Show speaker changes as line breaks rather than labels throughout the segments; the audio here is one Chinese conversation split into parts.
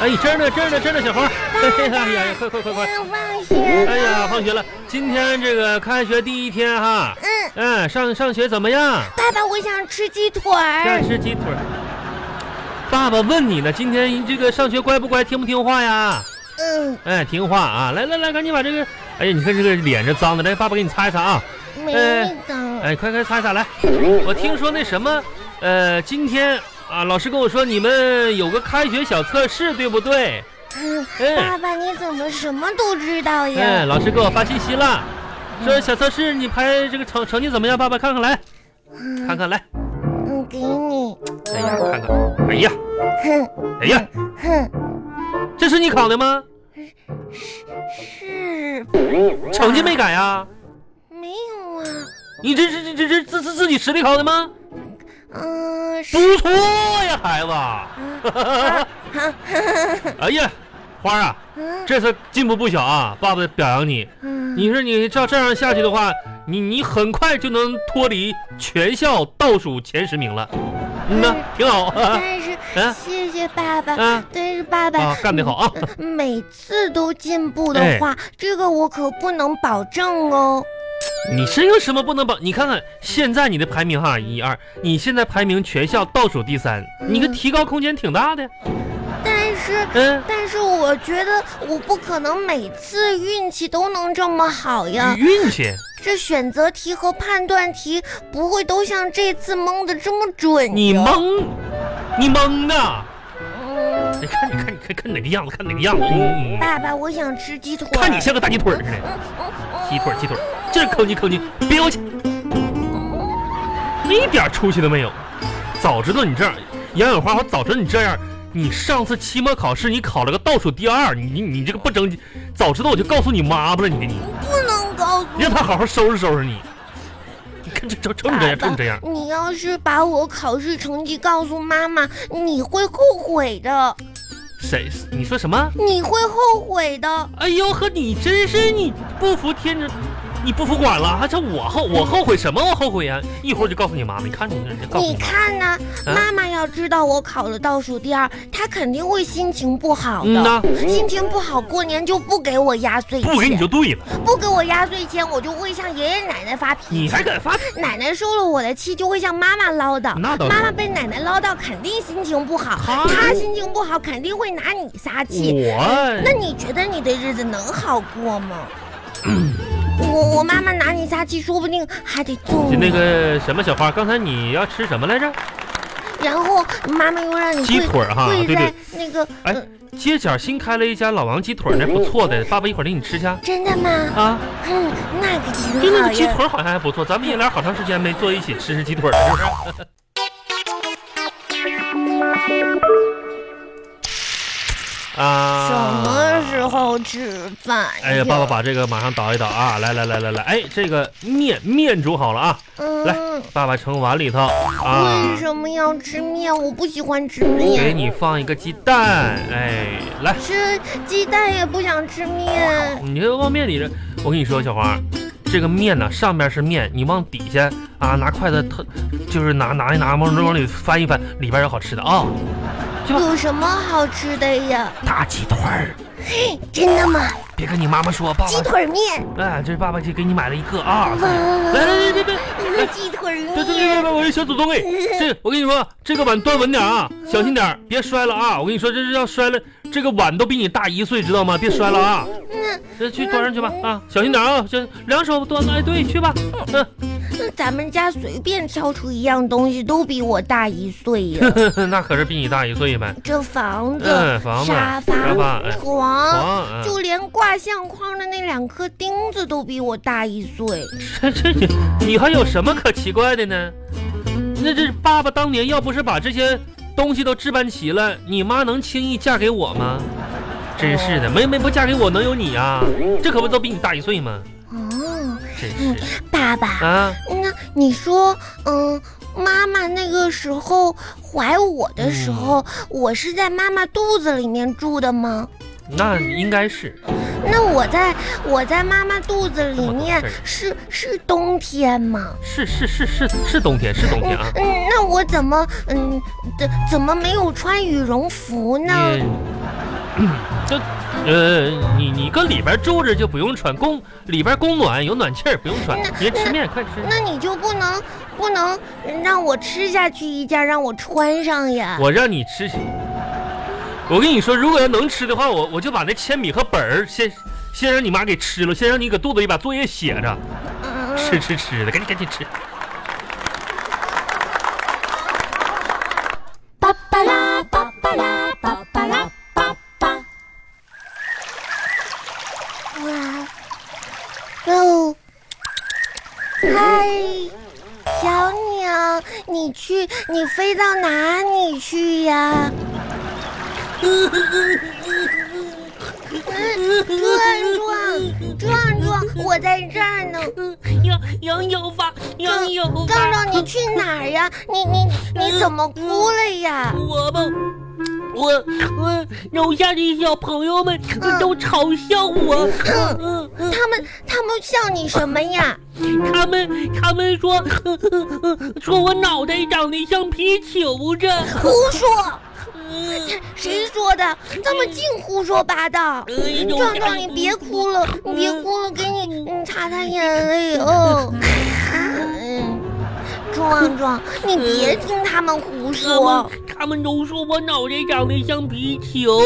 哎真的真的真的小黄， 哎呀呀，快快快快！
嗯，放学了。
哎呀，放学了，今天这个开学第一天哈，
嗯，
嗯，上上学怎么样？
爸爸，我想吃鸡腿
想
儿。
吃鸡腿儿。爸爸问你呢，今天这个上学乖不乖，听不听话呀？
嗯，
哎，听话啊！来来来，赶紧把这个，哎呀，你看这个脸这脏的，来，爸爸给你擦一擦啊！
没
哎
的。
哎，快快擦一擦来。我听说那什么，呃，今天啊，老师跟我说你们有个开学小测试，对不对？
嗯，
哎
爸爸，你怎么什么都知道
哎，
呀？
老师给我发信息了，说小测试你排这个成成绩怎么样？爸爸看看来，看看来，
嗯，给你。
哎呀，看看，哎呀，
哼
哎呀，
哼，
这是你考的吗？
是
成绩没改啊？
没有啊？
你这这这这这自自自己实力考的吗？
嗯，是
不错呀，孩子。哎呀，花儿啊，
嗯
这次进步不小啊！爸爸表扬你。
嗯，
你说你照这样下去的话，你你很快就能脱离全校倒数前十名了。嗯呐，挺好。
但是
嗯
谢谢爸爸。
嗯
但是爸爸
啊，干得好 啊！
每次都进步的
哎
话，这个我可不能保证哦。
你是有什么不能保？你看看现在你的排名哈，一二，你现在排名全校倒数第三，你个提高空间挺大的。
但是，
嗯，
但是我觉得我不可能每次运气都能这么好呀。
运气。
这选择题和判断题不会都像这次蒙的这么准。
你？蒙，你蒙的。
嗯，
你看，你看，你看，看哪个样子，看哪个样子，嗯，
爸爸，我想吃鸡腿。嗯
看你像个大鸡腿儿似的，鸡腿儿，鸡腿儿，这抠叽抠叽，别过去，一点出息都没有。早知道你这样，杨永花，我早知道你这样，你上次期末考试你考了个倒数第二，你你这个不争气，早知道我就告诉你妈不了你，你
不能告诉
你让她好好收拾收拾你。哎你看这瞅瞅你
爸
这样，瞅
爸
你这样，，
你要是把我考试成绩告诉妈妈，你会后悔的，
谁？你说什么？
你会后悔的。
哎呦呵，你真是你不服天之，你不服管了，还这我后我后悔什么？我后悔呀、一会儿就告诉你妈，你看你人家告诉
你
你妈，
看呢、
啊
妈妈要知道我考了倒数第二，她肯定会心情不好
嗯呐
的。心情不好，过年就不给我压岁钱，
不给你就对了，
不给我压岁钱，我就会向爷爷奶奶发脾
你
气。
还敢发脾？
奶奶受了我的气，就会向妈妈唠叨。
嗯那倒是啊
妈妈被奶奶唠叨，肯定心情不好。
好
她心情不好，肯定会拿你撒气。哎那
我
你觉得你的日子能好过吗？我我妈妈拿你撒气，说不定还得揍
那
你。
个什么小花，刚才你要吃什么来着？
然后妈妈又让你
鸡
跪
腿儿哈
跪
对
在
对
那个
哎，街角新开了一家老王鸡腿儿，那不错的，爸爸一会儿领你吃去啊。
真的吗？嗯，那可
就
挺
那
好
个鸡
呀。
腿儿好像还不错，咱们爷俩好长时间没坐一起吃吃鸡腿儿了，是 不是？啊
什么时候吃饭？
啊哎呀，爸爸。把这个马上倒一倒啊！来来来来来，哎，这个面面煮好了啊，来
嗯，
爸爸盛碗里头啊哎
为，什么要吃面？我不喜欢吃
给
面。
你放一个鸡蛋，哎，来，
吃鸡蛋也不想吃面。
你这往面里这，我跟你说，小黄，这个面呢，上面是面，你往底下啊拿筷子特，就是拿拿一拿，往往里翻一翻，里边有好吃的啊、吧
有什么好吃的呀？
大鸡腿儿，
真的吗？
别跟你妈妈说，爸
鸡
爸，
腿 面，
哎，这爸爸就给你买了一个啊，
哇
来来来，别哎别，
一
来
个鸡腿
对对对
面。
对，我是小祖宗哎！这我跟你说，这个碗端稳点啊，小心点儿，别摔了啊！我跟你说，这是要摔了，这个碗都比你大一岁，知道吗？别摔了啊！
那
这去端上去吧啊，小心点啊！这两手端，哎，对，去吧。嗯，
那咱们家随便挑出一样东西都比我大一岁呀。
呵呵 那可是比你大一岁呗。
这房子、
嗯房子
沙
沙发
发、
哎
床，
啊，嗯
就连挂相框的那两颗钉子都比我大一岁。
这这你你还有什么可奇怪的呢？那这爸爸当年要不是把这些东西都置办齐了，你妈能轻易嫁给我吗？真是的，没没不嫁给我能有你啊？这可不都比你大一岁吗？
哦，
真是
爸爸，
啊！
那你说，嗯，妈妈那个时候怀我的时候，
嗯
我是在妈妈肚子里面住的吗？
那应该是
那我在我在妈妈肚子里面
这么多事儿
是是冬天吗？
是是是是是冬天是冬
嗯
天啊！
嗯，那我怎么嗯怎怎么没有穿羽绒服呢？
你这，呃，你你搁里边住着就不用穿，供里边供暖有暖气儿，不用穿。别吃面，快吃。
那你就不能不能让我吃下去一件，让我穿上呀？
我让你吃，我跟你说，如果要能吃的话，我我就把那铅笔和本儿先先让你妈给吃了，先让你搁肚子里把作业写着，
嗯
吃吃吃的，赶紧赶紧吃。
巴巴拉巴巴拉巴巴拉巴巴，
哇哟！嗨，小鸟，你去，你飞到哪里去呀？嗯壮壮，壮壮，我在这儿呢。
羊羊有吧，羊有吧。
壮壮，你去哪儿呀？你你你怎么哭了呀？
我吧，我我楼下的小朋友们
嗯
都嘲笑我，嗯嗯
他们他们笑你什么呀？
他们他们说说我脑袋长得像皮球子，
胡说！
嗯
谁说的？这么净胡说八道！
嗯
壮壮，你别哭了，你别哭了，给你嗯擦擦眼泪哦。嗯壮壮，你别听他们胡
他
说，
们他们都说我脑袋长得像皮球，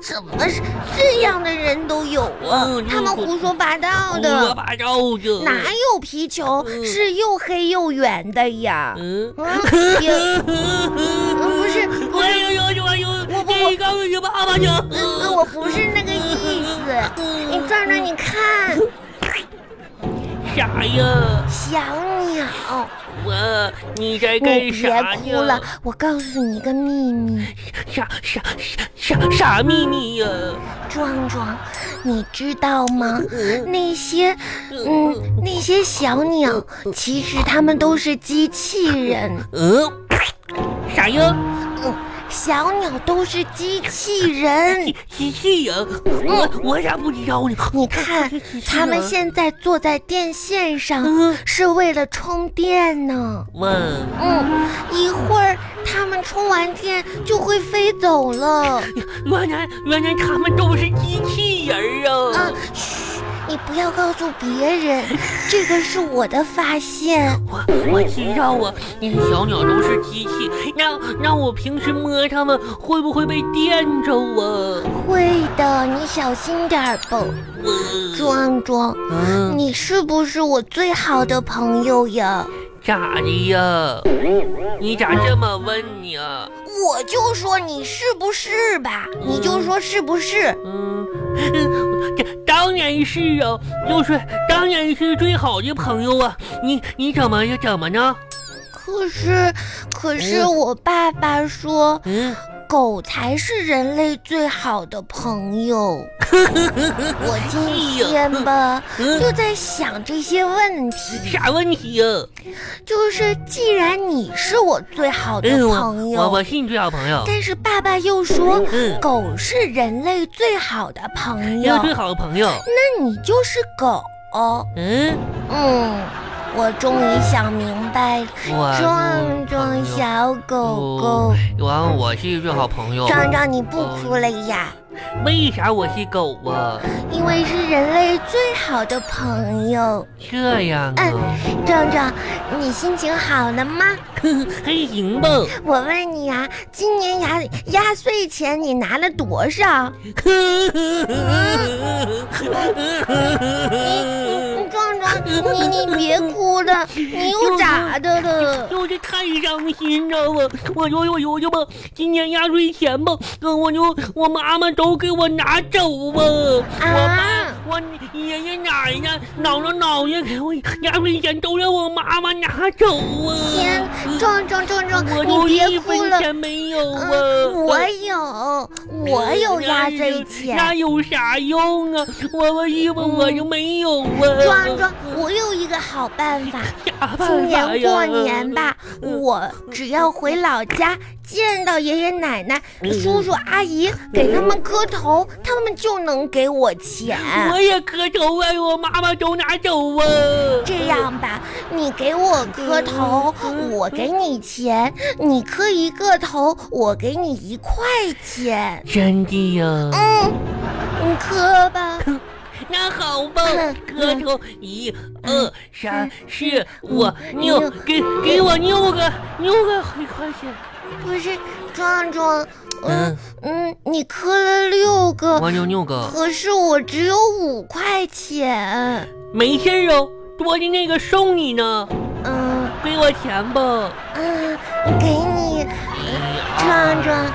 怎么是这样的人都有啊
嗯？
他们胡说八道
胡说
的，
八道的。
哪有皮球
嗯
是又黑又圆的呀？
嗯。
啊， 也不是，不
哎
是，
呦呦呦呦！
我不
你告诉你爸爸去。
嗯，我不是那个意思。
嗯
你壮壮，你看，
啥呀？
小鸟。
我你在
你
干
别
啥
哭了
呢？，
我告诉你一个秘密，
啥啥啥啥啥秘密呀？
壮壮，你知道吗？
嗯
那些，嗯，那些小鸟，其实它们都是机器人，
嗯，啥呀？
小鸟都是机器人
机。机器人？我我咋不知道呢？
你看，它们现在坐在电线上，
嗯
是为了充电呢。
我
嗯，一会儿它们充完电就会飞走了。啊
原来原来他们都是机器人儿
啊
啊！，
嘘，你不要告诉别人，这个是我的发现。
我我知道啊，那些小鸟都是机器，那那我平时摸它们会不会被电着啊？
会的，你小心点儿吧。
我
壮壮，
嗯，
你是不是我最好的朋友呀？
咋的呀？你咋这么啊问呢？
我就说你是不是吧，你就说是不是？
嗯，当然是啊，就是当然是最好的朋友啊。你你怎么又怎么呢？
可是，可
哎
是我爸爸说，
嗯，
狗才是人类最好的朋友。 我今天吧，
嗯
就在想这些问题。
啥问题呀、
就是既然你是我最好的
嗯，
朋
我我
友，
我是你最好朋友，
但是爸爸又说
哦嗯，
狗是人类最好的朋
你是
友
我，最好的朋友。
那你就是狗。
嗯，
嗯，我终于想明白了，
我是
壮壮
哎朋友
小狗狗，
完，我是最好朋友。
壮壮你不哭了呀？
为啥我是狗啊？
因为是人类最好的朋友。
这样啊，
嗯壮壮，你心情好了吗？
还行吧。
我问你啊，今年压压岁钱你拿了多少？嗯壮壮，你你别哭了，你又咋的了？
我这太伤心了，我我就我就就吧，今年压岁钱吧，嗯我就我妈妈都给我拿走吧，
啊
我妈我爷爷奶奶姥姥姥爷给我压岁钱都让我妈妈拿走啊！
天，壮壮壮壮，
我
你
就一
别哭
分
了。
钱没有啊！
嗯，我有，我有压岁
那
钱。嗯
有啥用啊？我我衣服我就没有啊！
壮壮，我有一个好办法，
啥办法呀，
今年过年吧，
嗯
我只要回老家见到爷爷奶奶、叔叔阿姨，给他们磕头，他们就能给我钱。
我也磕个头啊，我妈妈手拿走啊。
这样吧，你给我磕头，我给你钱；你磕一个头，我给你一块钱。
真的呀？
嗯，你磕吧。
那好吧
嗯，
磕头一二三四五
嗯
六
六，
给给我六个六个一块钱。
不是，壮壮，嗯
嗯
嗯，你磕了六个，
嗯
我扭扭个，
可是我只有五块钱。
没事儿哦，多的那个送你呢，
嗯
给我钱吧。
嗯，给你。啊壮壮，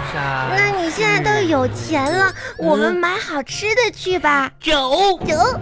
那你现在都有钱了，我们买好吃的去吧。
走。
走。